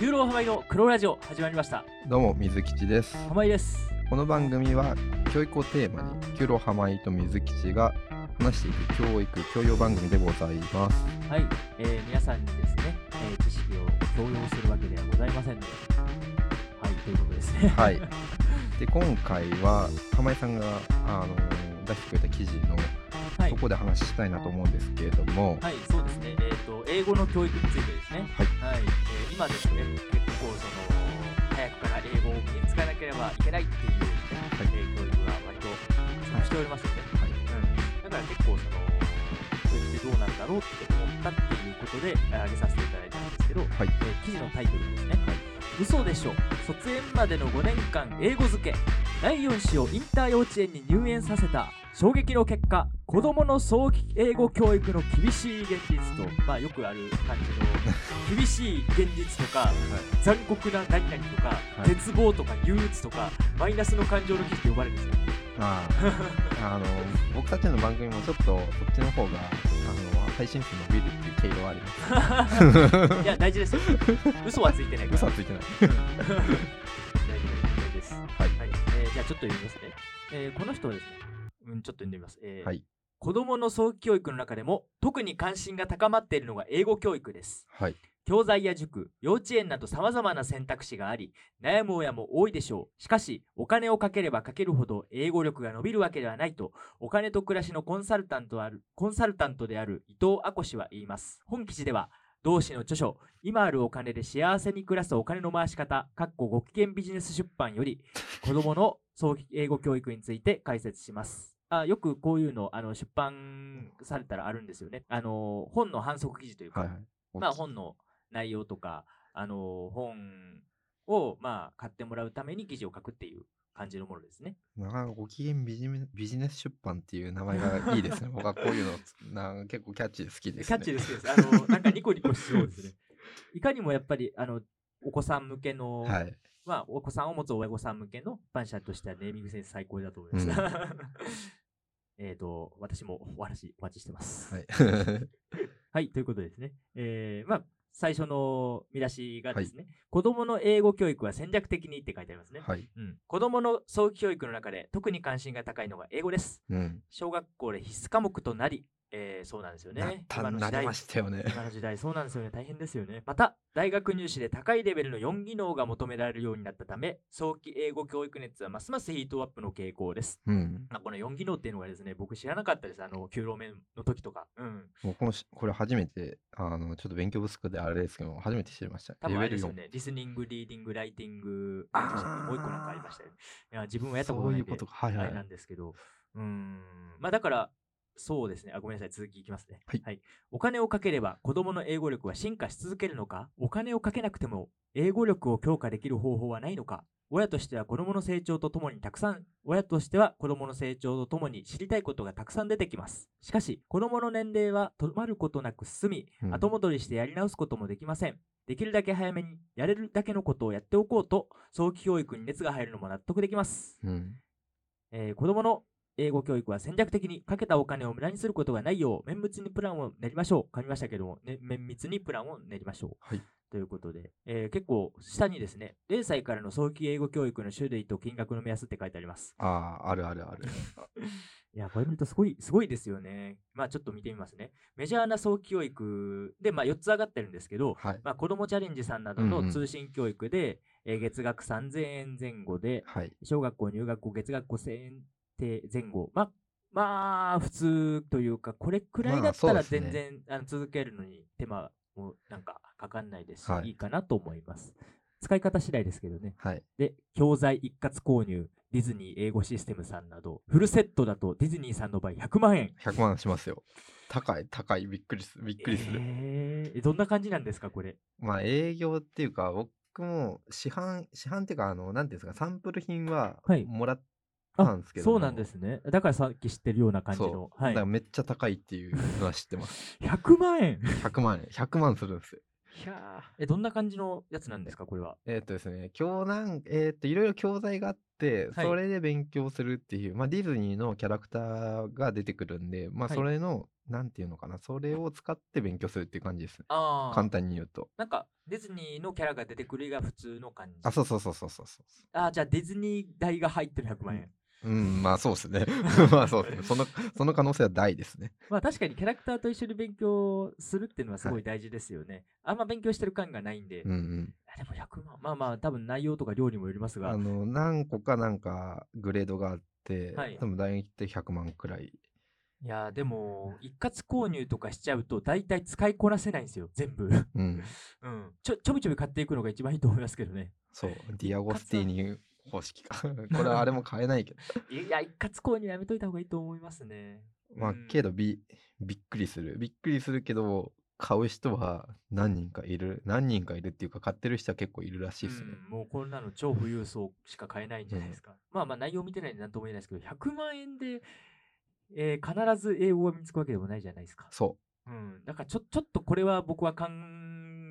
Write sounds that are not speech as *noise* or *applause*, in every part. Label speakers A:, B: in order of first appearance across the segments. A: 流浪ハワイの黒ラジオ始まりました
B: どうも水吉です
A: ハマイです
B: この番組は教育をテーマにキュロハマイと水吉が話していく教育教養番組でございます
A: はい、えー、皆さんにですね、えー知識を強要するわけではございませんのではいということですね *laughs*
B: はいで今回は浜井さんがあの出してくれた記事の
A: はい
B: とこで話したいなと思うんですけれども
A: はい、そうですね。えっ、と英語の教育についてですね。
B: は
A: え
B: い
A: ー今ですね、結構その早くから英語を身につかなければいけないっていう、
B: い
A: えー教育が割と
B: はい
A: しておりますので、
B: はい
A: うん、だから結構そのそれってどうなんだろうって思ったっていうことでえー挙げさせていただいたんですけど、
B: はい
A: えー記事のタイトルですね。嘘でしょ卒園までの5年間英語漬け第4子をインター幼稚園に入園させた衝撃の結果子どもの早期英語教育の厳しい現実と、まあ、よくある感じの厳しい現実とか残酷な何々とか、
B: い
A: 絶望とか憂鬱とかマイナスの感情の記事って呼ばれるんですよ。 *laughs*
B: あーあの僕たちの番組もちょっとそっちの方があの配信数伸びるっていう経路はあります
A: *laughs* いや大事ですよ嘘はついてないから
B: 嘘はついてない
A: 大丈夫です。
B: はい
A: はいえーじゃあちょっと読みますね。えーこの人はですね、うん、ちょっと読んでみます。えー
B: はい
A: 子どもの早期教育の中でも特に関心が高まっているのが英語教育です。
B: はい
A: 教材や塾、幼稚園などさまざまな選択肢があり、悩む親も多いでしょう。しかし、お金をかければかけるほど英語力が伸びるわけではないと、お金と暮らしのコンサルタントあるコンサルタントである伊藤亜子氏は言います。本記事では、同氏の著書、今あるお金で幸せに暮らすお金の回し方、かっこご機嫌ビジネス出版より、子どもの早期英語教育について解説します。あよくこういうのあの出版されたらあるんですよね。あの本の反則記事というか、
B: はいはい
A: まあ、本の内容とか、あの本を、まあ、買ってもらうために記事を書くっていう感じのものですね。
B: なかなかご機嫌ビジネビジネス出版っていう名前がい
A: *laughs*
B: いですね。僕はこういうの *laughs* な結構キャッチーで好きです、ね。
A: キャッチーですけど、あ
B: *laughs*
A: のなんかニコニコしそうですね。いかにもやっぱりあのお子さん向けの、
B: はい。
A: まあ、お子さんを持つ親御さん向けの一般社としてはネーミングセンス最高だと思います。
B: うん
A: *laughs* えっと、私もお話お待ちしてます。
B: はい。
A: はい、ということですね。えーまあ、最初の見出しがですね、子供の英語教育は戦略的にって書いてありますね。
B: *laughs* はい。
A: うん、子供の早期教育の中で特に関心が高いのが英語です。
B: うん。
A: 小学校で必須科目となり、えーそうなんですよ
B: なっ
A: ね。
B: た
A: 今の
B: な
A: 時代
B: りましたよね。 *laughs*
A: 今の時代、そうなんですよね。大変ですよね。また、大学入試で高いレベルの4技能が求められるようになったため、早期英語教育熱はますますヒートアップの傾向です。
B: うん。
A: まあ、この4技能っていうのがですね、僕知らなかったです。あの、9路面の時とか。うん。
B: もうこのしこれ初めてあのちょっと勉強不足であれですけど初めて知りました。
A: 多分あれですよ
B: 四。
A: ね。リスニング、リーディング、ライティング、
B: あ
A: もう
B: ー
A: 一個なんかありましたよね。いや自分はやったこ
B: そ
A: と
B: う
A: ない
B: い
A: ん
B: う
A: で
B: ことか。はい
A: あ
B: は。
A: れないんですけど、うーん、まあだから、そうですねあ。ごめんなさい、続きいきますね。
B: はい
A: お金をかければ子供の英語力は進化し続けるのか、お金をかけなくても英語力を強化できる方法はないのか、親としては子供の成長とともにたくさん、親としては子供の成長とともに知りたいことがたくさん出てきます。しかし、子供の年齢は止まることなく進み、
B: うん
A: 後戻りしてやり直すこともできません。できるだけ早めにやれるだけのことをやっておこうと、早期教育に熱が入るのも納得できます。
B: うん。
A: えー子供の英語教育は戦略的にかけたお金を無駄にすることがないよう綿密にプランを練りましょう。噛みましたけども、ね、綿密にプランを練りましょう。
B: はい
A: ということで、えー結構下にですね、0歳からの早期英語教育の種類と金額の目安って書いてあります。
B: あああるあるある。
A: いや、これ見るとすごい、すごいですよね。まあちょっと見てみますね。メジャーな早期教育で、まあ4つ上がってるんですけど、
B: はい
A: まあ子どもチャレンジさんなど
B: うんう
A: の
B: ん
A: 通信教育で、えー月額3000円前後で、
B: はい。
A: 小学校入学後、月額5000円程前後。ま、まあ、普通というか、これくらいだった
B: ま
A: ら
B: あそうです
A: 全
B: ね
A: 然、あの続けるのに手間もなんかかかんないですし、、
B: はいい
A: いかなと思います。使い方次第ですけどね。
B: はい。
A: で、教材一括購入、ディズニー英語システムさんなど、フルセットだとディズニーさんの場合100万円。
B: 100万しますよ。高い高いびっくりすびっくりする。
A: えーどんな感じなんですか、これ。
B: まあ営業っていうか僕も市販市販っていうかあの何ていうんですかサンプル品は
A: はい
B: もらっ
A: あ
B: たんですけど
A: そ
B: も、
A: うなんですね。だからさっき知ってるような感じの
B: そ。
A: は
B: だ
A: い
B: か、らめっちゃ高いっていうのは知ってます
A: 100万円
B: 100万円100万するん
A: *laughs*
B: ですよ
A: いやーえ、どんな感じのやつなんですか、これは。
B: *laughs* えーっとですね教なんえーっといろいろ教材があって
A: はい
B: それで勉強するっていう、まあディズニーのキャラクターが出てくるんでまあ
A: はい
B: それのなんていうのかなそれを使って勉強するっていう感じですね
A: ああ
B: 簡。単に言うと
A: なんか、ディズニーのキャラが出てくるが普通の感じ。
B: あそうそうそうそうそうそ
A: あーじゃあディズニー代が入ってる100万円。
B: ううんまあそう
A: *laughs*
B: ですね *laughs* まあそうですねそのその可能性は大ですね
A: まあ確かにキャラクターと一緒に勉強するっていうのはすごい大事ですよね。あんま勉強してる感がないんで。
B: うんうん
A: あでも100万、まあまあ多分内容とか量にもよりますが。
B: あの何個かなんかグレードがあって、
A: はい
B: 多分大体100万くらい
A: いやーでも、一括購入とかしちゃうと大体使いこなせないんですよ、全
B: *laughs*
A: 部。う
B: うん
A: ん。ちょ、ちょびちょび買っていくのが一番いいと思いますけどね。 *laughs*
B: そうディアゴスティーニ方式か *laughs* これはあれも買えない
A: *laughs*
B: けど
A: いや、一括購入やめといた方がいいと思いますね。
B: まあ
A: うん
B: けどびびっくりするびっくりするけど買う人は何人かいる何人かいるっていうか買ってる人は結構いるらしいですね、
A: うんもうこんなの超富裕層しか買えないんじゃないですか。まあまあ内容見てないんで何とも言えないですけど、100万円で、えー必ず英語が見つくわけでもないじゃないですか。
B: そ
A: うん。だからちょ、ちょっとこれは僕は考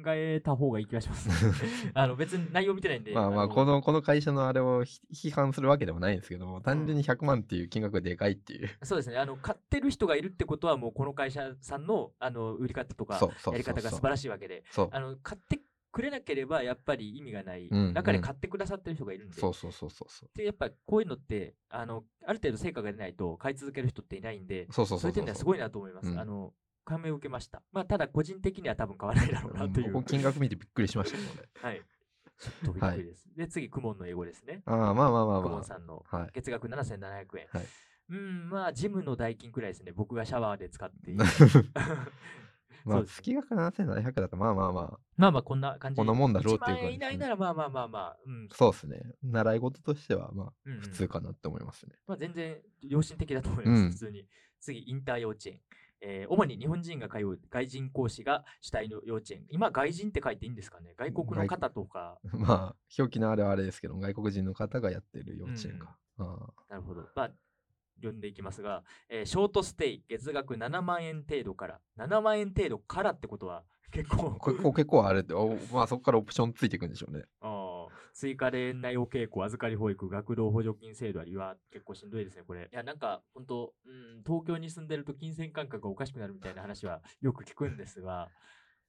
A: えた方がいい気がし
B: *laughs*
A: ます。あの別に内容見てないんで。
B: うまあまあ
A: の
B: このこの会社のあれをひ批判するわけでもないんですけども単純に100万っていう金額がでかいっていう、
A: そうですね。あの、買ってる人がいるってことは、もうこの会社さんの、あの、売り方とか
B: そう、そう
A: やり方が素
B: そう
A: 晴らしいわけで、
B: そう
A: あの、買ってくれなければ、やっぱり意味がない
B: うん。
A: 中で
B: うん
A: 買ってくださってる人がいるんで。
B: そうそうそうそうそう
A: で、やっぱこういうのって、あの、ある程度成果が出ないと買い続ける人っていないんで、
B: そう
A: そ
B: そう
A: う
B: そ
A: いうう点ではすごいなと思います。
B: うん
A: あの、感銘を受けました。まあ、ただ個人的には多分買わないだろうなという。
B: うんここ金額見てびっくりしましたもんね
A: はい。ちょっとびっくりです。で、次、クモンの英語ですね。
B: ああまあまあまあ
A: クモ
B: ま
A: ンさんの *laughs*
B: あはい
A: 月額7700円。
B: はい
A: うん、まあ、ジムの代金くらいですね。僕がシャワーで使って
B: *laughs*
A: いる。
B: ま
A: そう
B: あ
A: です
B: 月額7700だとまあまあま
A: まあまあ、こんな感じ
B: こんなもんだろうって
A: 1
B: いう感
A: 万
B: じ
A: 円以内なら、まあまあまあまあ、うん
B: あ。そうですね習い事としてはまあ
A: うんうん
B: 普通かなって思いますね、 *laughs*
A: まあ、全然良心的だと思います、
B: うん
A: 普通に。次、インター幼稚園。えー主に日本人が通う外人講師が主体の幼稚園。今、外人って書いていいんですかね外国の方とか。
B: まあ表記のあれはあれですけど外国人の方がやってる幼稚園か、あ
A: なるほど。まあ、読んでいきますが、えーショートステイ、月額7万円程度から。7万円程度からってことは、結構
B: あこれこう結構あれっておまあそこからオプションついていくんでしょうね
A: ああ、追加で園内お稽古、預かり保育、学童補助金制度ありは結構しんどいですね、これ。いや、なんか、本当うん、東京に住んでると金銭感覚がおかしくなるみたいな話はよく聞くんですが、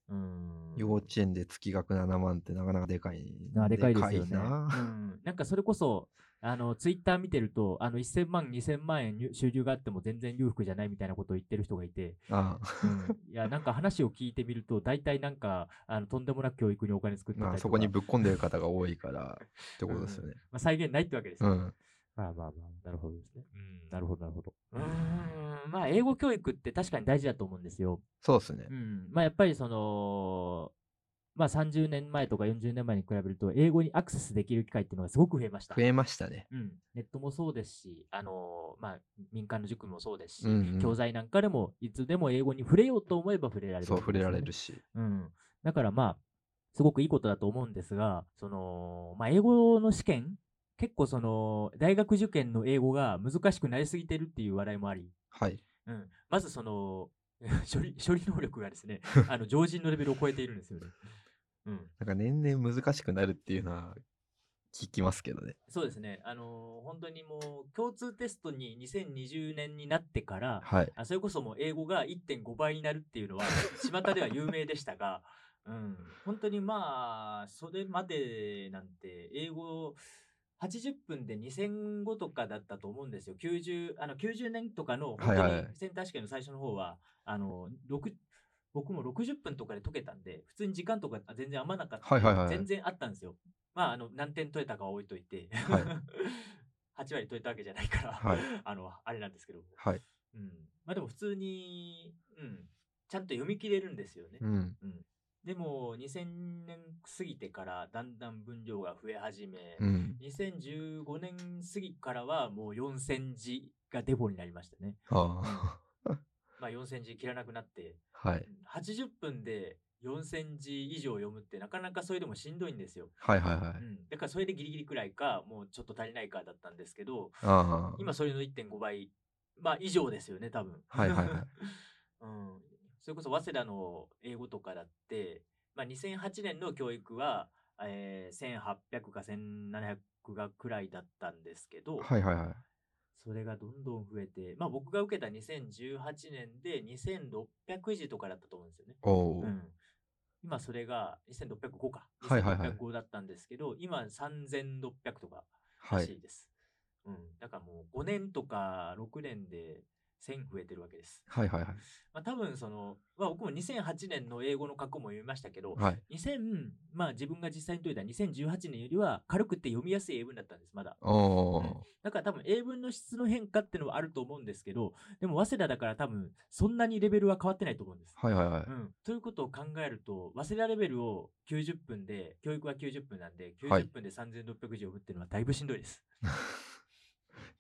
A: うん。
B: 幼稚園で月額7万ってなかなかでかい
A: なでかいですよね。
B: でかいな
A: うん、なんかそれこそ、あの、ツイッター見てると、あの、1000万、2000万円入収入があっても全然裕福じゃないみたいなことを言ってる人がいて、 *laughs*
B: あ
A: いや、なんか話を聞いてみると、大体なんか、あの、とんでもなく教育にお金作って
B: あ
A: た
B: ま
A: りとか、
B: あそこにぶっ込んでる方が多いからってことですよ
A: *laughs*
B: ね
A: まあ、再現ないってわけです
B: う
A: よ
B: ん、
A: まあまあまあ、なるほどですね。うん、なるほど、なるほど。うーん、まあ、英語教育って確かに大事だと思うんですよ。
B: そうですね
A: うん、まあ、やっぱりその、まあ、30年前とか40年前に比べると、英語にアクセスできる機会っていうのがすごく増えました
B: 増。えましたね
A: うん、ネットもそうですし、あのまあ、民間の塾もそうですし、
B: うんうん
A: 教材なんかでも、いつでも英語に触れようと思えば触れられる、
B: そう触れられる。し
A: うん。だからまあ、すごくいいことだと思うんですが、その、まあ、英語の試験、結構その、大学受験の英語が難しくなりすぎてるっていう話題もあり、
B: はい
A: うん。まずその、 *laughs* 処理、処理能力がですね、あの、常人のレベルを超えているんですよね。うん。
B: なんか年々難しくなるっていうのは聞きますけどね
A: そうですね。あの本当にもう、共通テストに2020年になってから、
B: はい
A: あそれこそもう英語が1.5倍になるっていう
B: *laughs*
A: のは巷では有名でしたが、うん、本当にまあそれまでなんて英語80分で2000語とかだったと思うんですよ90あの90年とかの本当
B: はいはい
A: にセンター試験の最初の方はあの6僕も60分とかで解けたんで普通に時間とか全然余らなかった、
B: はいはいはい
A: 全然あったんですよまああの何点取れたかは置いといて、 *laughs*
B: はい
A: 8割取れたわけじゃないから、
B: はい
A: *laughs* あのあれなんですけども
B: はい
A: うん、まあでも普通に、うん、ちゃんと読み切れるんですよね。
B: うん
A: でも2000年過ぎてからだんだん分量が増え始め、
B: うん
A: 2015年過ぎからはもう4000字がデフォになりましたね。
B: あ *laughs*
A: まあ4000字切らなくなって、
B: あはい
A: うん80分で4000字以上読むってなかなかそれでもしんどいんですよ。
B: はいはいは
A: う
B: い
A: ん、だからそれでギリギリくらいか、もうちょっと足りないかだったんですけど、
B: ああ
A: 今それの1.5倍、まあ以上ですよね、多分。
B: はいはいはい
A: *laughs* うん、それこそ早稲田の英語とかだって、まあ、2008年の教育は、えー1800か1700がくらいだったんですけど、
B: はいはいはい
A: それがどんどん増えて、まあ、僕が受けた2018年で2600以上とかだったと思うんですよね。
B: おお、
A: うん、今それが2605か。
B: はいはいはい
A: 2605だったんですけど、今3600とから
B: は
A: らし
B: い
A: いです。うん。だからもう5年とか6年で1000増えてるわけです。
B: はいはいはい
A: まあ多分その、まあ僕も2008年の英語の過去も読みましたけど、
B: はい
A: 2000、まあ自分が実際に解いた2018年よりは軽くて読みやすい英文だったんです、まだ。
B: おおー、
A: だから多分英文の質の変化ってのはあると思うんですけど、でも早稲田だから多分そんなにレベルは変わってないと思うんです。
B: はいはいはい、
A: うん、ということを考えると、早稲田レベルを90分で、教育は90分なんで、
B: はい
A: 90分で3600字を打ってるのはだいぶしんどいです。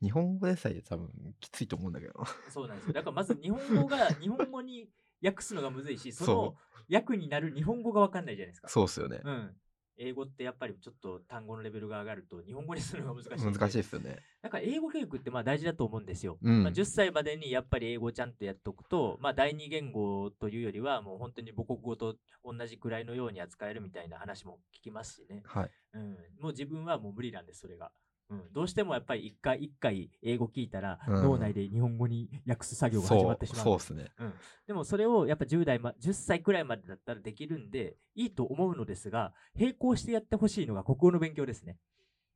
B: 日本語でさえ多分きついと思うんだけど
A: *laughs* そうなんですよ。だからまず日本語
B: *laughs*
A: が、日本語に訳すのがむずいし、その
B: そ
A: 訳になる日本語がわかんないじゃないですか。
B: そうっすよね、
A: うん。英語ってやっぱりちょっと単語のレベルが上がると、日本語にするのが難しい。
B: 難しいっ
A: い。
B: すよね
A: だから英語教育ってまあ大事だと思うんですよ。
B: うん
A: まあ、10歳までにやっぱり英語をちゃんとやっておくと、まあ、第二言語というよりはもう本当に母国語と同じくらいのように扱えるみたいな話も聞きますしね、
B: はい
A: うん、もう自分はもう無理なんですそれが、うん、どうしてもやっぱり一回一回英語聞いたら
B: うん
A: 脳内で日本語に訳す作業が始
B: そ
A: まって
B: う
A: しまう
B: そうっすね
A: でもそれをやっぱ 10, 代、ま、10歳くらいまでだったらできるんでいいと思うのですが並行してやってほしいのが国語の勉強ですね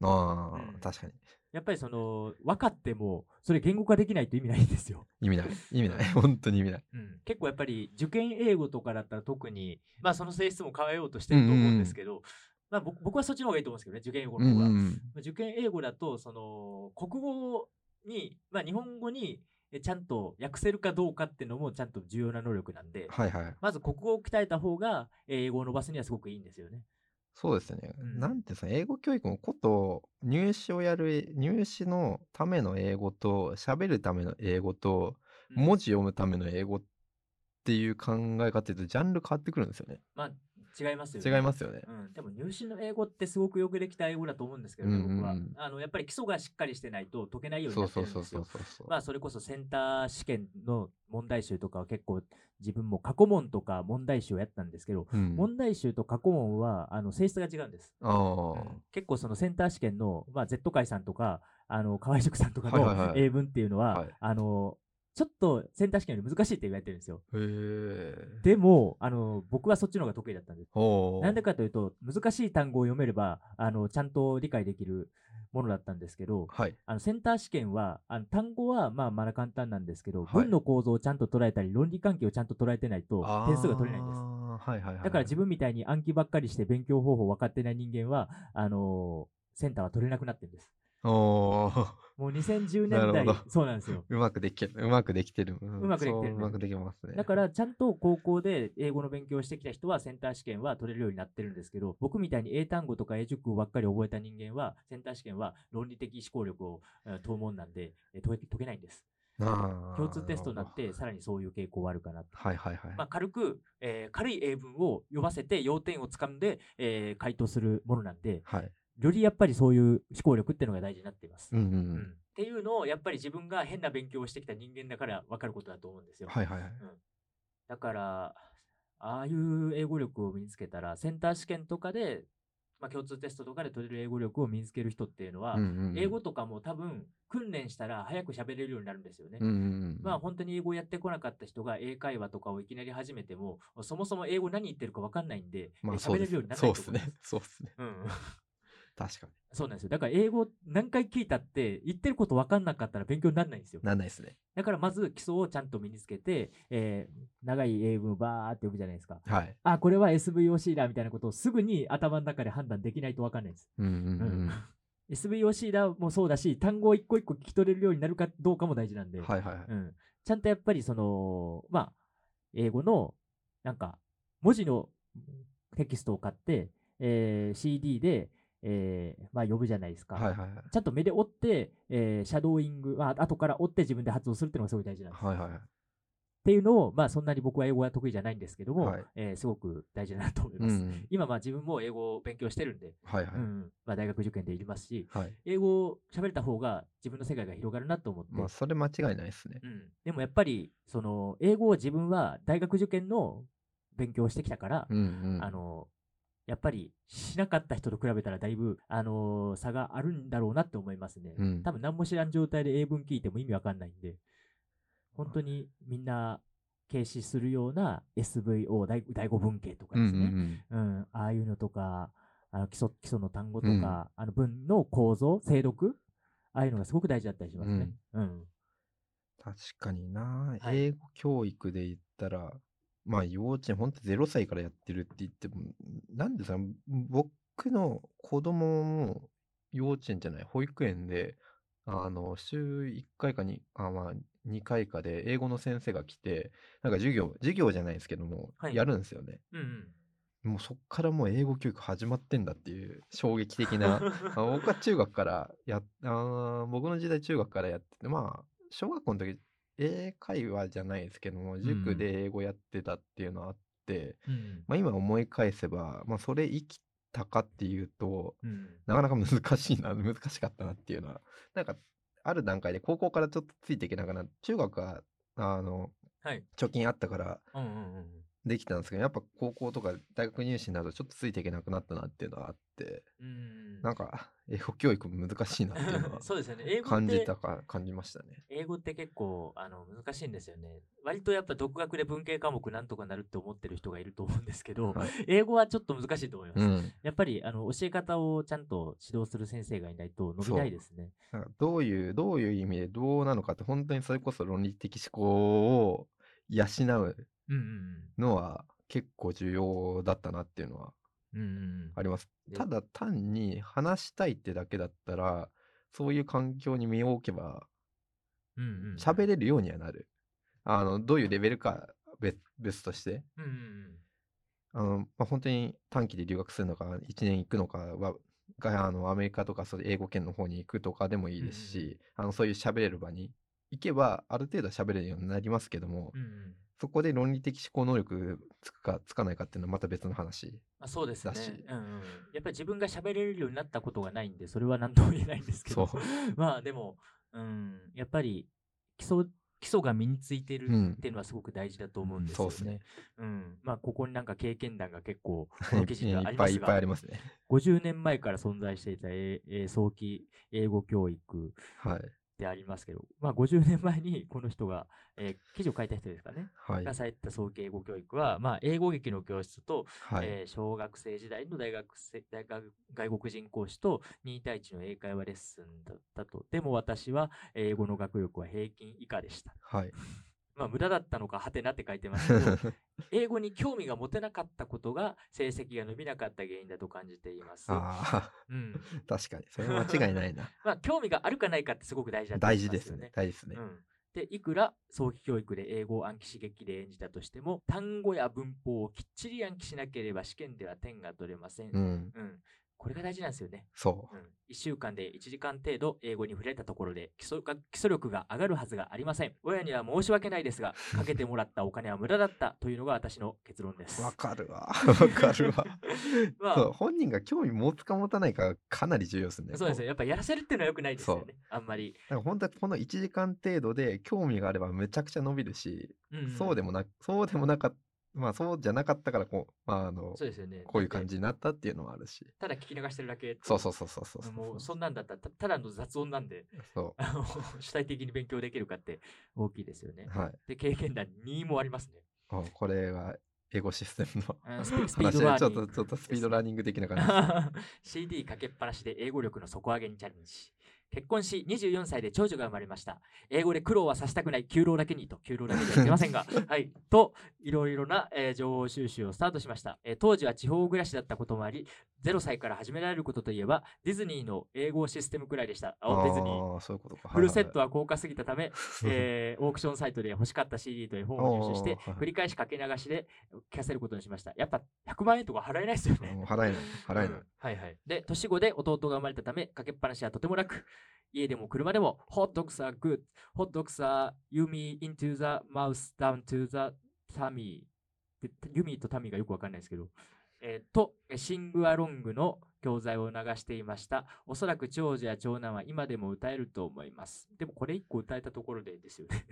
B: ああ、
A: うん
B: 確かに
A: やっぱりその分かってもそれ言語化できないと意味ないんですよ
B: 意味ない意味ない本当に意味ない
A: うん、結構やっぱり受験英語とかだったら特に、まあ、その性質も変えようとしてると思うんですけど、まあ、僕僕はそっちの方がいいと思うんですけどね受験英語
B: う
A: の
B: ん
A: 方
B: う
A: が。
B: ん
A: ま
B: うん
A: あ受験英語だとその国語に、まあ、日本語にえちゃんと訳せるかどうかっていうのもちゃんと重要な能力なんで。
B: はいはい
A: まず国語を鍛えた方がえー英語を伸ばすにはすごくいいんですよね。
B: そうですね、
A: うん
B: なんてさ英語教育のこと入試をやる入試のための英語と喋るための英語と
A: うん
B: 文字読むための英語っていう考え方とジャンル変わってくるんですよね
A: まあ違いますよね。
B: 違いますよね
A: うん、でも入試の英語ってすごくよくできた英語だと思うんですけどね、
B: うんうんうん
A: 僕はあの。やっぱり基礎がしっかりしてないと解けないように
B: そ
A: なって
B: うそ
A: る
B: うんそう
A: です
B: そ
A: よ
B: う。そうそう
A: まあそれこそセンター試験の問題集とかは結構自分も過去問とか問題集をやったんですけど、
B: うん
A: 問題集と過去問はあの性質が違うんです。
B: ああ、
A: うん結構そのセンター試験の、まあ、Z 会さんとかあの河合塾さんとか
B: はいはい
A: の
B: はい
A: 英文っていうのは、
B: はい
A: あのちょっとセンター試験より難しいって言われてるんですよ。
B: へえ
A: でもあの僕はそっちの方が得意だったんです。
B: おー
A: なんでかというと難しい単語を読めればあのちゃんと理解できるものだったんですけど、
B: はい
A: あのセンター試験はあの単語はまあまだ簡単なんですけど、
B: はい
A: 文の構造をちゃんと捉えたり論理関係をちゃんと捉えてないと点数が取れないんです。
B: あーはいはいはいはい
A: だから自分みたいに暗記ばっかりして勉強方法分かってない人間はあのーセンターは取れなくなってるんです。
B: おー
A: もう2010
B: な
A: 年
B: るほ
A: 代
B: ど
A: そうなん
B: *laughs*
A: ですよ。
B: うまくできるうまくできてる、ん
A: うまくできてるね
B: そううまくできますね
A: だからちゃんと高校で英語の勉強をしてきた人はセンター試験は取れるようになってるんですけど僕みたいに英単語とか英熟語ばっかり覚えた人間はセンター試験は論理的思考力をえー問うもんなんでえー解け解けないんです。
B: あー
A: 共通テストになっ
B: る
A: てさらにそういう傾向はあるかなと。
B: ほどはいはいはい、
A: まあ、軽く、えー軽い英文を読ませて要点をつかんで、えー回答するものなんで
B: はい
A: よりやっぱりそういう思考力っていうのが大事になっています。
B: うんうんう
A: うん
B: ん
A: っていうのをやっぱり自分が変な勉強をしてきた人間だから分かることだと思うんですよ。
B: はいはいはい
A: だからああいう英語力を身につけたらセンター試験とかで、まあ、共通テストとかで取れる英語力を身につける人っていうのは、
B: うんうんうん
A: 英語とかも多分訓練したら早く喋れるようになるんですよね。
B: うんうんうん
A: まあ本当に英語をやってこなかった人が英会話とかをいきなり始めても、そもそも英語何言ってるか分かんないんで、
B: ま
A: え
B: あ
A: 喋
B: そう
A: れ
B: で
A: るよう
B: す
A: にならな
B: そ
A: いうと思
B: です
A: いま
B: ね
A: す。
B: そうですね *laughs*
A: うん、
B: 確かに
A: そうなんですよ。だから英語何回聞いたって言ってること分かんなかったら勉強にならないんですよ。
B: なんないですね
A: だからまず基礎をちゃんと身につけて、えー長い英文をバーって読むじゃないですか。
B: はい
A: あ、これは SVOC だみたいなことをすぐに頭の中で判断できないと分かんないです。
B: うんうんうん
A: うん SVOC だもそうだし、単語を一個一個聞き取れるようになるかどうかも大事なんで。
B: はいはいはい
A: うん、ちゃんとやっぱりその、まあ、英語の、なんか、文字のテキストを買って、えー CD で、えーまあ、呼ぶじゃないですか。
B: はいはいはい
A: ちゃんと目で追って、えーシャドーイング、まあ後から追って自分で発音するっていうのがすごい大事なんです。
B: はいはいはい
A: っていうのを、まあ、そんなに僕は英語が得意じゃないんですけども、
B: はい
A: えーすごく大事だなと思いうま
B: ん
A: す。
B: うん
A: 今、まあ、自分も英語を勉強してるんで、
B: はいはい
A: うんまあ、大学受験でいりますし、
B: はい
A: 英語を喋れた方が自分の世界が広がるなと思って、
B: まあそれ間違いないですね
A: うん、でもやっぱりその英語を自分は大学受験の勉強をしてきたから、
B: うんうん
A: あのやっぱりしなかった人と比べたらだいぶ、あのー差があるんだろうなって思いますね。
B: うん
A: 多分何も知らん状態で英文聞いても意味わかんないんで、本当にみんな軽視するような SVO 第第5文系とか
B: うん
A: で
B: う
A: すね。
B: ん
A: うん、ああいうのとか、あの基礎基礎の単語とか、あの文の構造、精読、ああいうのがすごく大事だったりしますね。うん。
B: 確かにな、
A: はい
B: 英語教育で言ったら、まあ幼稚園、ほんと0歳からやってるって言っても、なんでさ、僕の子供も幼稚園じゃない、保育園で、あの、週1回かに、あまあ2回かで英語の先生が来て、なんか授業、授業じゃないですけども、
A: はい
B: やるんですよね。
A: うん、
B: もうそっからもう英語教育始まってんだっていう衝撃的
A: *laughs*
B: なあ僕は中学からやっ *laughs* あー僕の時代中学からやっててまあ小学校の時英会話じゃないですけども
A: う
B: 塾
A: ん
B: で英語やってたっていうのあって、
A: うん。
B: まあ、今思い返せば、まあ、それ生きたかっていうと
A: うん。
B: なかなか難しいな難しかったなっていうのはなんかある段階で高校からちょっとついていけなくなって中学はあの、
A: はい
B: 貯金あったから
A: うんうんうん。
B: できたんですけどやっぱ高校とか大学入試になるとちょっとついていけなくなったなっていうのはあって
A: うん
B: なんか英語教育も難しいなっていうのは
A: *laughs* そうですよね。英語っ
B: 感じ
A: て
B: たか感じましたね。
A: 英語って結構あの難しいんですよね。割とやっぱ独学で文系科目なんとかなるって思ってる人がいると思うんですけど、
B: はい
A: 英語はちょっと難しいと思います。
B: うん、
A: やっぱりあの教え方をちゃんと指導する先生がいないと伸びないですね。
B: なんかどういうどういう意味でどうなのかって本当にそれこそ論理的思考を養う
A: うん
B: のは結構重要だったなっていうのは
A: うんうん。うんうん
B: あります
A: で
B: ただ単に話したいってだけだったらそういう環境に身を置けば
A: うん。うんうん
B: 喋れるようにはなるあのどういうレベルか別別として
A: うんうんうん。
B: あの、まあ、本当に短期で留学するのか、1年行くのかは、があのアメリカとかそういう英語圏の方に行くとかでもいいです
A: うんうん
B: し、あのそういう喋れる場に行けば、ある程度は喋れるようになりますけども、
A: うんうん
B: そこで論理的思考能力つくかつかないかっていうのはまた別の話。
A: まあ、そうですね
B: だし。
A: うんうん、やっぱり自分が喋れるようになったことがないんで、それは何とも言えないんですけど、
B: そう
A: まあでも、うん、やっぱり基礎基礎が身についてる
B: うん
A: っていうのはすごく大事だと思 *laughs* うんですよ、
B: そう
A: ね
B: ですね。
A: うん、まあここになんか経験談が結
B: *laughs*
A: 構、こ
B: はい
A: の
B: い
A: 記事にはあ
B: っ
A: りま
B: ぱいい
A: す
B: っぱいあ
A: が
B: り、ますね。
A: 50年前から存在していた英英早期英語教育
B: はい。
A: でありますけど、まあ50年前にこの人が、えー記事を書いた人ですかね、
B: はい。
A: がされた早期英語教育は、まあ英語劇の教室と
B: はい。
A: えー小学生時代の大学生大学外国人講師と2対1の英会話レッスンだったと。でも私は英語の学力は平均以下でした。
B: はい。
A: まあ無駄だったのか、はてなって書いてますけど、英語に興味が持てなかったことが成績が伸びなかった原因だと感じています。
B: *laughs* ああ、
A: うん、
B: 確かに。それは間違
A: *laughs*
B: いないな。
A: まあ興味があるかないかってすごく大事だった
B: 大
A: りし
B: 事
A: ま
B: です
A: すよ
B: ね
A: ね。。
B: 大事ですね
A: う。んでいくら早期教育で英語を暗記刺激で演じたとしても単語や文法をきっちり暗記しなければ試験では点が取れません
B: う、ん。
A: うん、これが大事なんですよね。
B: そ
A: うん、1週間で1時間程度英語に触れたところで基礎が基礎力が上がるはずがありません。親には申し訳ないですが、かけてもらったお金は無駄だったというのが私の結論です
B: う。。わかるわ。 *laughs* わかるわ。
A: *laughs* まあ
B: そう本人が興味持つか持たないかがかなり重要ですね。
A: そうですね。
B: ね。
A: やっぱやらせるっていうのは良くないですよね。あんまり。
B: なんか本当はこの1時間程度で興味があればむちゃくちゃ伸びるし、
A: うん
B: そうで
A: も
B: もなそうでもなかっまあそうじゃなかったからこう、まあ、あの
A: そうですよね。
B: こういう感
A: じ。
B: じになったっていうのもあるし。
A: ただ聞き流してるだけ。
B: そうそううそうそうそうそう。
A: もうそんなんだったらたただの雑音なんで *laughs*
B: そ
A: あの主体的に勉強できるかって大きいですよね
B: う。。はい。
A: で経験談2もありますね。
B: あこれは英語システムの
A: うんスピスピー
B: *laughs* 話
A: ドラ
B: でち
A: ー
B: ょ
A: ニ
B: っ
A: ング
B: とちょっとスピー
A: ですね
B: ドラーニング的な感
A: *laughs* CD かけっぱなしで英語力の底上げにチャレンジ。結婚し24歳で長女が生まれました。英語で苦労はさせたくない、給料だけにと、給料だけじゃいけませ
B: *laughs*
A: んが、はい、と、いろいろな、えー情報収集をスタートしました、えー当時は地方暮らしだったこともあり、0歳から始められることといえば、ディズニーの英語システムくらいでした。
B: じ。
A: あディズニー。
B: ああ、そういうことか。
A: フルセット
B: は
A: は高価すぎたた
B: *laughs*
A: め、
B: いはいはい
A: えーオークションサイトで欲しかった CD と絵本を入手して
B: おーはい、
A: 繰り返しかけ流しで聞かせることにしました。やっぱ100万円とか払えないですよね
B: *laughs* も。う払えない。払え
A: う
B: なんい。
A: はいはい。で、年子で弟が生まれたため、かけっぱなしはとてもなく、家でも車でも、Hot dogs are good, Hot dogs are yummy into the mouse down to the tummy. でユミとタミがよくわかんないですけど。えーと、シングアロングの教材を流していました。おそらく長女や長男は今でも歌えると思います。でもこれ一個歌えたところでですよね。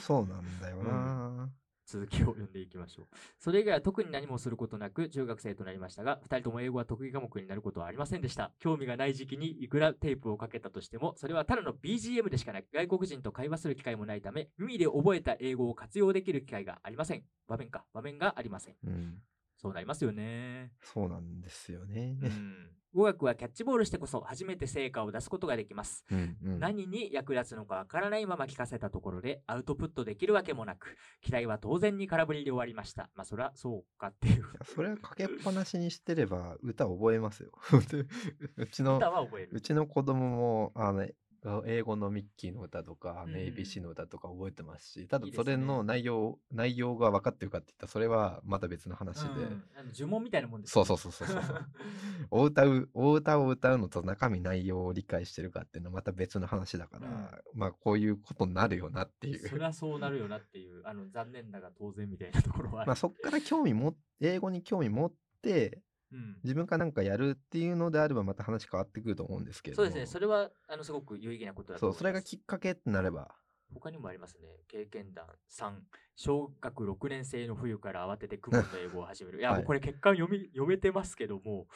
B: そうなんだよな。
A: 続きを読んでいきましょう。それ以外は特に何もすることなく中学生となりましたが、2人とも英語は得意科目になることはありませんでした。興味がない時期にいくらテープをかけたとしても、それはただの BGM でしかなく、外国人と会話する機会もないため、耳で覚えた英語を活用できる機会がありません。場面か、場面がありません。
B: うん。
A: そうなりますよね。
B: そうなんですよね。
A: うん。語学はキャッチボールしてこそ初めて成果を出すことができます。
B: うんうん。
A: 何に役立つのかわからないまま聞かせたところでアウトプットできるわけもなく期待は当然に空振りで終わりましたまあそりゃそうかっていう
B: いやそれはかけっぱなしにしてれば歌覚えますよ。 *laughs* 本当にうちの
A: 歌は覚える
B: うちの子供もあの英語のミッキーの歌とか、あの
A: うんうん
B: ABC の歌とか覚えてますし、ただ
A: いいです
B: そ
A: ね
B: れの内容内容が分かってるかって言ったらそれはまた別の話で、
A: うんあの呪文みたいなもんです
B: そうそううそうそうそ
A: *laughs*
B: うそうお歌うお歌を歌うのと中身内容を理解してるかっていうのはまた別の話だから、まあこういうことになるよなってい
A: そうりゃそうなるよなっていうあの残念だが当然みたいなところはある
B: まあそっから興味も英語に興味持って
A: うん
B: 自分がなんかやるっていうのであればまた話変わってくると思うんですけれ
A: そ
B: ど
A: う
B: も
A: ですねそれはあのすごく有意義なことだと
B: そう
A: 思います
B: それがきっかけってなれば
A: 他にもありますね。経験談3、小学6年生の冬から慌てて雲の英語を始める。いや、
B: はい
A: もうこれ結果読み読めてますけども、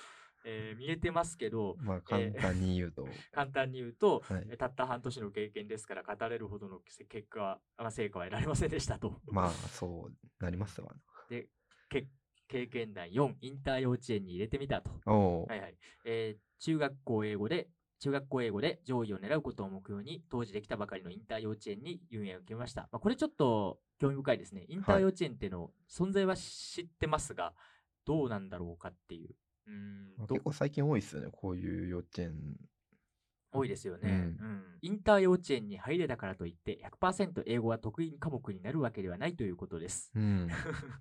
A: えー見えてますけど、
B: まあ簡単に言うと、
A: 簡単に言うと、 *laughs*
B: はい
A: えたった半年の経験ですから語れるほどのせ結果は、あ成果は得られませんでしたと。
B: まあそうなりますわ
A: で、け経験談4、インター幼稚園に入れてみたと。
B: な。おお、
A: はいはい。えー中学校英語で、中学校英語で上位を狙うことを目標に、当時できたばかりのインター幼稚園に運営を決めました。まあ、これちょっと興味深いですね。インター
B: はい
A: 幼稚園っていうの、存在は知ってますが、どうなんだろうかっていう。うー
B: まあ
A: ん、ど
B: 結構最近多いですよね、こういう幼稚園。
A: 多いですよね、
B: うん
A: うんインター幼稚園に入れたからといって、100%英語は得意科目になるわけではないということです。 *laughs*
B: うん、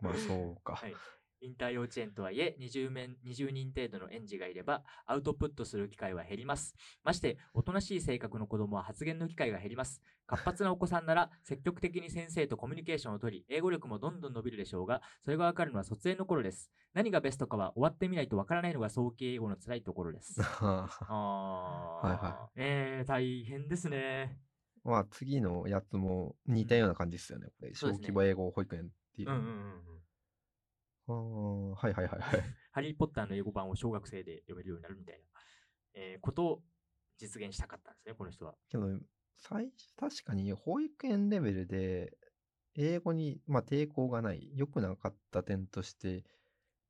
B: まあそうか。 *laughs*
A: はいインター幼稚園とはいえ20面、20人程度の園児がいれば、アウトプットする機会は減ります。まして、おとなしい性格の子供は発言の機会が減ります。活発なお子さんなら、積極的に先生とコミュニケーションをとり、英語力もどんどん伸びるでしょうが、それがわかるのは卒園の頃です。何がベストかは終わってみないとわからないのが早期英語の辛いところです。
B: ま
A: あー
B: はいは
A: えー、大変ですね。
B: あ次のやつも似たような感じですよね、これ。
A: そうで
B: 小
A: すね
B: 規模英語保育園っていう。
A: うんうんうんうん。
B: あーはいはいはいはい。
A: ハリー・ポッターの英語版を小学生で読めるようになるみたいな、えーことを実現したかったんですね、この人は。
B: けど、最確かに保育園レベルで、英語に、まあ、抵抗がない、良くなかった点として、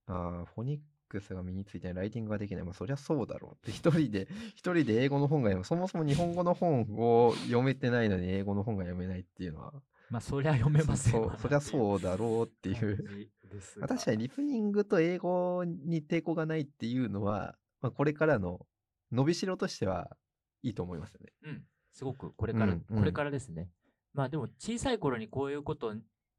B: あーフォニックスが身についてない、ライティングができない、まあ、そりゃそうだろうって、一人で、一人で英語の本が読む、そもそも日本語の本を読めてないのに、英語の本が読めないっていうのは、
A: まあ、そりゃ読めません
B: そうそりゃそうだろうっていう。まあ確かに
A: に。
B: リスニングと英語に抵抗がないっていうのは、まあ、これからの伸びしろとしてはいいと思いますよね。
A: うん、すごくこれから、
B: うんうん
A: これからですね。まあでも小さい頃にこういうこと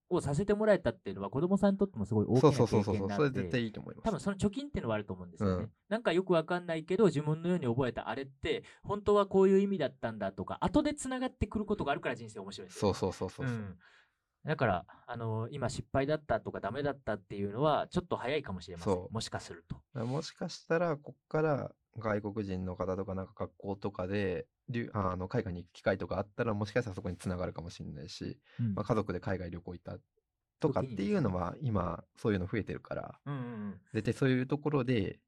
A: をさせてもらえたっていうのは子供さんにとってもすごい大き
B: そ
A: な
B: うそうそ
A: 経
B: うそうそ
A: 験
B: う、
A: な
B: それ
A: ん
B: 絶
A: で
B: 対いいと思います。
A: 多分その貯金っていうのはあると思うんですよね。
B: うん
A: なんかよくわかんないけど自分のように覚えたあれって本当はこういう意味だったんだとか後でつながってくることがあるから人生面白いんですよね
B: そうそうそうそうそう。
A: ん、だから、あの今失敗だったとかダメだったっていうのはちょっと早いかもしれません
B: そ。う
A: もしかすると。
B: だからもしかしたら、こっから外国人の方とか、なんか学校とかで、留あの海外に行く機会とかあったら、もしかしたらそこにつながるかもしれないし、まあ、家族で海外旅行行ったとかっ
A: 時に
B: ていうのは、今、そういうの増えてるから、
A: うんうん
B: 絶対そういうところで、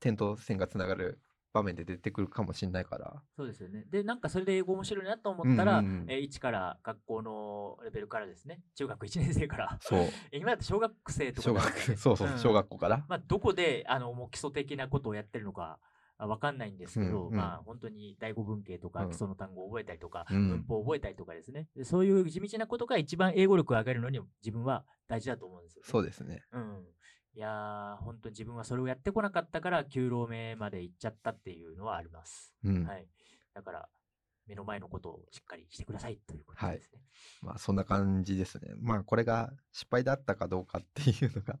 B: 点と線がつながる場面で出てくるかもしれないから、
A: そうですよね。で、なんかそれで英語面白いなと思ったら、
B: うんうんうん
A: えー一から学校のレベルからですね、中学1年生から、
B: そう、
A: *laughs* え今だって小学生とか
B: 小
A: で
B: 学
A: すよ、ね、
B: そうそう、
A: ん
B: 小学校から。
A: まあ、どこであのもう基礎的なことをやってるのかあわかんないんですけど、
B: うんうん
A: まあ、本当に第五文系とか
B: うん
A: 基礎の単語を覚えたりとか、
B: うん
A: 文法を覚えたりとかですねでそういう地道なことが一番英語力を上げるのに自分は大事だと思うんですよ、ね。
B: そうですね。
A: うん、いやー本当に自分はそれをやってこなかったから9浪目まで行っちゃったっていうのはあります。
B: うん。
A: はい、だから目の前のことをしっかりしてくださいということですね。
B: まあそんな感じですね。まあこれが失敗だったかどうかっていうのが、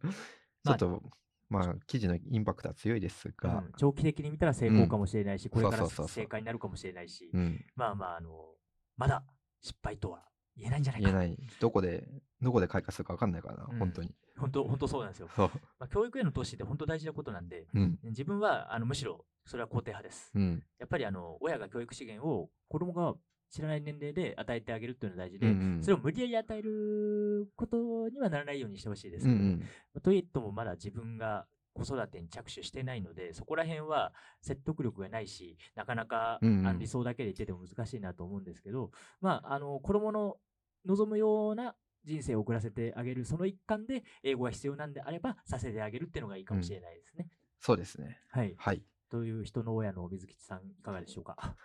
B: *laughs* ち
A: まあ
B: ょっと、まあ記事のインパクトは強いですが
A: うん、長期的に見たら成功かもしれないし、これか
B: そ
A: ら
B: うそうそうそう
A: 正解になるかもしれないし、
B: うん、
A: まあまあ、あの、まだ失敗とは言えないんじゃないか
B: 言えない。どこで、どこで開花するか分かんないからな、
A: うん
B: 本当に。
A: *laughs* 本当、本当 *laughs* そうなんですよ。
B: そう。
A: まあ、教育への投資って本当大事なことなんで、
B: うん。
A: 自分はあのむしろそれは肯定派です。
B: うん。
A: やっぱりあの親が教育資源を子供が知らない年齢で与えてあげるっていうのが大事で、
B: うんうん
A: それを無理やり与えることにはならないようにしてほしいです
B: う
A: ね、
B: んうん
A: といってもまだ自分が子育てに着手してないのでそこら辺は説得力がないしなかなか、
B: うんうん
A: あの理想だけで言ってても難しいなと思うんですけど、まあ、あの子供の望むような人生を送らせてあげるその一環で英語が必要なんであればさせてあげるっていうのがいいかもしれないですね。
B: そうですね。
A: はい、
B: はい。
A: という人の親の水吉さんいかがでしょうか。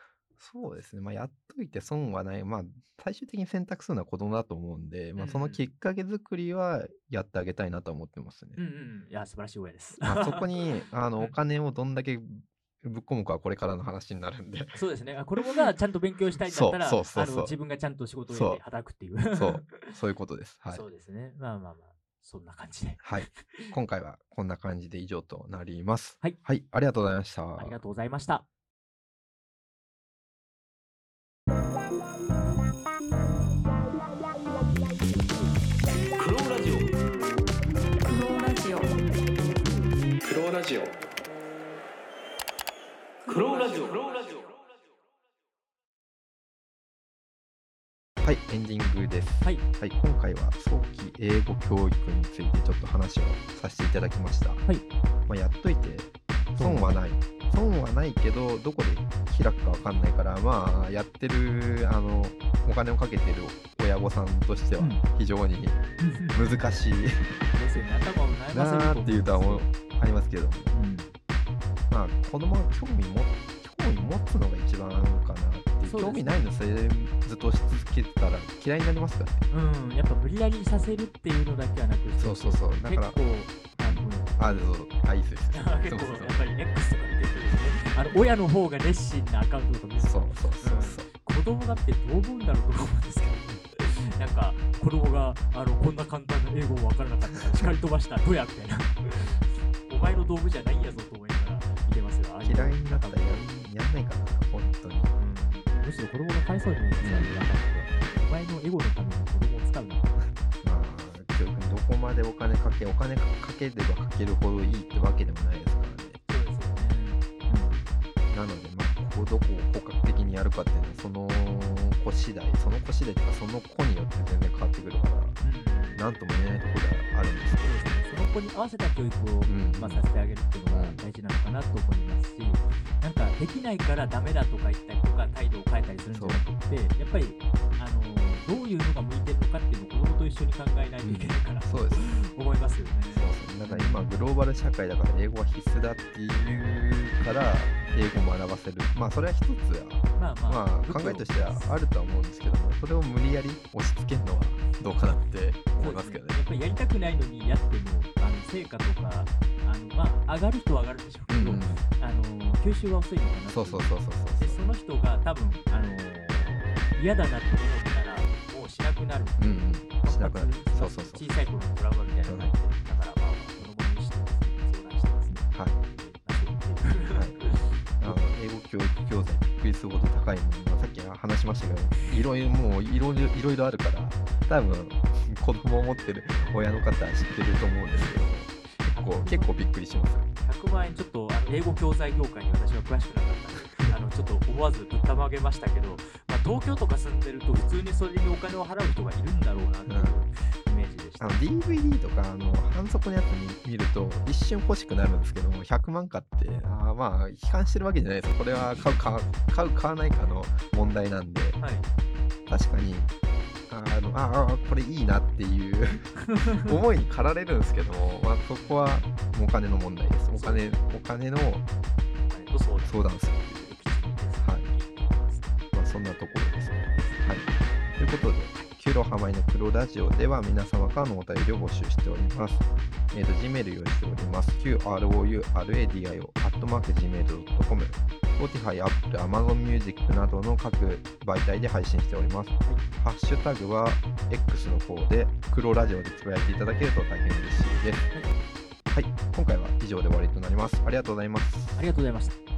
B: そうですね。まあ、やっといて損はない。まあ、最終的に選択するのは子供だと思うんで、まあ、そ
A: うん
B: の
A: うん
B: きっかけ作りはやってあげたいなとは思ってますね。
A: うんうん、いや素晴らしい親です。
B: まあ、そこに、あ
A: う
B: の、
A: ん
B: お金をどんだけぶっ込むかはこれからの話になるんで。
A: *laughs* そうですね。あ子供がちゃんと勉強したいんだったら、
B: そうそうそうそう
A: あの自分がちゃんと仕事
B: そ
A: で
B: う
A: 働くっていう。 *laughs*
B: そう、そういうことです。はい
A: そ。うですね。まあまあまあ、そんな感じで。
B: はい。今回はこんな感じで以上となります。
A: はい。
B: はい。ありがとうございました。
A: ありがとうございました。
C: クローラジ
D: ク
C: オ
D: ローラジオ
C: クローラジオクローラジオ
B: はい。エンディングです。
A: はい。
B: はい、今回は早期英語教育についてちょっと話をさせていただきました。はいまあ、やっといて損はない。損はないけどどこで開くかわかんないからまあやってるあのお金をかけてる親御さんとしては
A: うん
B: 非常に難しい
A: ですよね。頭を悩 *laughs* ませる
B: なーっていうとは思うありますけども
A: うん
B: まあ子供が興味も興味持つのが一番かなっていう
A: そうですね
B: 興味ないのそれずっと押し続けてたら嫌いになりますからね。
A: うん、やっぱ無理やりさせるっていうのだけはなく
B: そうそうそうだから
A: 結構、あの
B: あそうあいいですいいです
A: 結
B: そうそ
A: 構
B: う
A: やっぱり X とか見てるとですね、あの親の方が熱心なアカウントとか見る
B: そう
A: と、
B: そうそうそう。
A: 子供だってどう思うんだろうとか思うんですけど、ね、なんか子供があのこんな簡単な英語わからなかったから叱り飛ばした、どうやみたいな、お前の道具じゃないやぞと思いながら見てますよ。ああう
B: 嫌いになったらやんやんないかな、本当に。
A: うんむしろ子供が返そうに思いますから、ね、お前のエゴのために子供を使うな。
B: まあ、教育にどこまでお金かけ、お金かければかけるほどいいってわけでもないですからね。
A: そうですよね。
B: なので、まあ、こうどこを骨格的にやるかっていうのは、その子次第、その子次第とか、その子によって全然変わってくるから、
A: うん
B: なんとも言えないところではあるんですけど。
A: その子に合わせた教育を、
B: ん
A: まあ、させてあげるっていうのが大事なのかなと思いますし、なんかできないからダメだとか言ったりとか態度を変えたりするんじゃなくて、やっぱりあのどういうのが向いてるのかっていうのを子供と一緒に考えないといけないかなと
B: そうですね。
A: 思いますよね。
B: そうですね。だから今、グローバル社会だから、英語は必須だっていうから、英語を学ばせる。まあ、それは一つは
A: まあまあ、
B: まあ考えとしてはあるとは思うんですけどもそれを無理やり押し付けるのはどうかなって思いますけどね
A: やっぱりやりたくないのにやってもあの成果とかあの、まあ、上がる人は上がるでしょうけ
B: うん
A: ど、
B: うん
A: あの吸収は遅いのかな
B: そうそう
A: う
B: そうそう
A: で
B: そ
A: その人が多分、あの嫌だなって思ったらもうしなくなる
B: ううんうんしなくなる
A: 反
B: そう
A: 発
B: そうそう
A: 小さい頃のトラブルみたいなのがあって、だからまあ子供にして相談してですね
B: はい
A: えーなっていく
B: あの英語教育教材びっくりするほど高いもの、まあ、さっき話しましたけどいろいろもういろいろいろいろあるから多分子供を持ってる親の方は知ってると思うんですけど結構結構びっくりします
A: 100万円ちょっとあの英語教材業界に私は詳しくなかったんであのちょっと思わずぶったまげましたけど、まあ、東京とか住んでると普通にそれにお金を払う人がいるんだろうなっていうイメージでした、
B: あの DVD とかあの反則のやつ見見ると一瞬欲しくなるんですけども100万買ってあーまあ悲観してるわけじゃないですこれは買う買う買う買わないかの問題なんで
A: はい
B: 確かにあのあーあーこれいいなっていう思いに駆られるんですけども、まあ、そこはお金の問題ですお金お金の、
A: お金と相談
B: 相談するっていう
A: きちんとですね
B: はいまあ、そんなところですねはいということで九郎浜井の黒ラジオでは皆様からのお便りを募集しておりますえっ、と、Gmail 用意しております。QROURADIO、アットマーク Gmail.com、Spotify、Apple、Amazon Music などの各媒体で配信しております。ハッシュタグは X の方で、黒ラジオでつぶやいていただけると大変嬉しいです。はい、今回は以上で終わりとなります。ありがとうございます。
A: ありがとうございました